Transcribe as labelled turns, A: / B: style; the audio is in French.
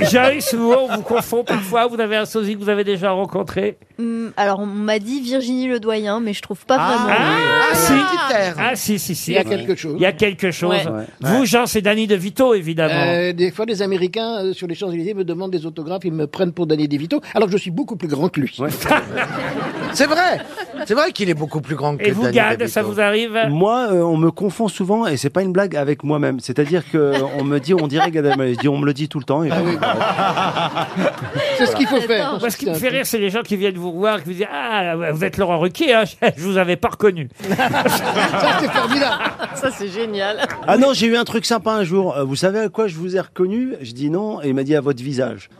A: Joyce ou on vous confond parfois Vous avez un sosie que vous avez déjà rencontré
B: Hum, alors, on m'a dit Virginie Le Doyen, mais je trouve pas
C: Ah,
B: vraiment.
A: Ah,
C: oui.
A: si.
C: Petite terre.
A: Ah si, si, si.
C: Il y a quelque chose.
A: Il y a quelque chose.
D: Ouais.
C: Ouais.
A: Vous, Jean, c'est Danny DeVito, évidemment.
C: Euh, des fois, les Américains euh, sur les Champs-Élysées me demandent des autographes, ils me prennent pour Danny DeVito, alors que je suis beaucoup plus grand que lui.
E: C'est vrai. C'est vrai qu'il est beaucoup plus grand que
A: Et vous,
E: Danny
A: Gad,
E: DeVito.
A: ça vous arrive
F: Moi, euh, on me confond souvent, et c'est pas une blague avec moi-même. C'est-à-dire que euh, on me dit, on dirait Gad Elmaleh. Je dis, on me le dit tout le temps. Et voilà.
C: C'est ce qu'il faut faire.
B: Attends.
A: Moi, ce qui me fait rire, c'est les gens qui viennent vous voir, qui vous disent Ah, vous êtes Laurent Ruquier, hein, je vous avais pas reconnu.
C: Ça, c'est formidable.
D: Ça, c'est génial.
F: Ah non, j'ai eu un truc sympa un jour. Euh, Vous savez à quoi je vous ai reconnu Je dis non, et il m'a dit à votre visage.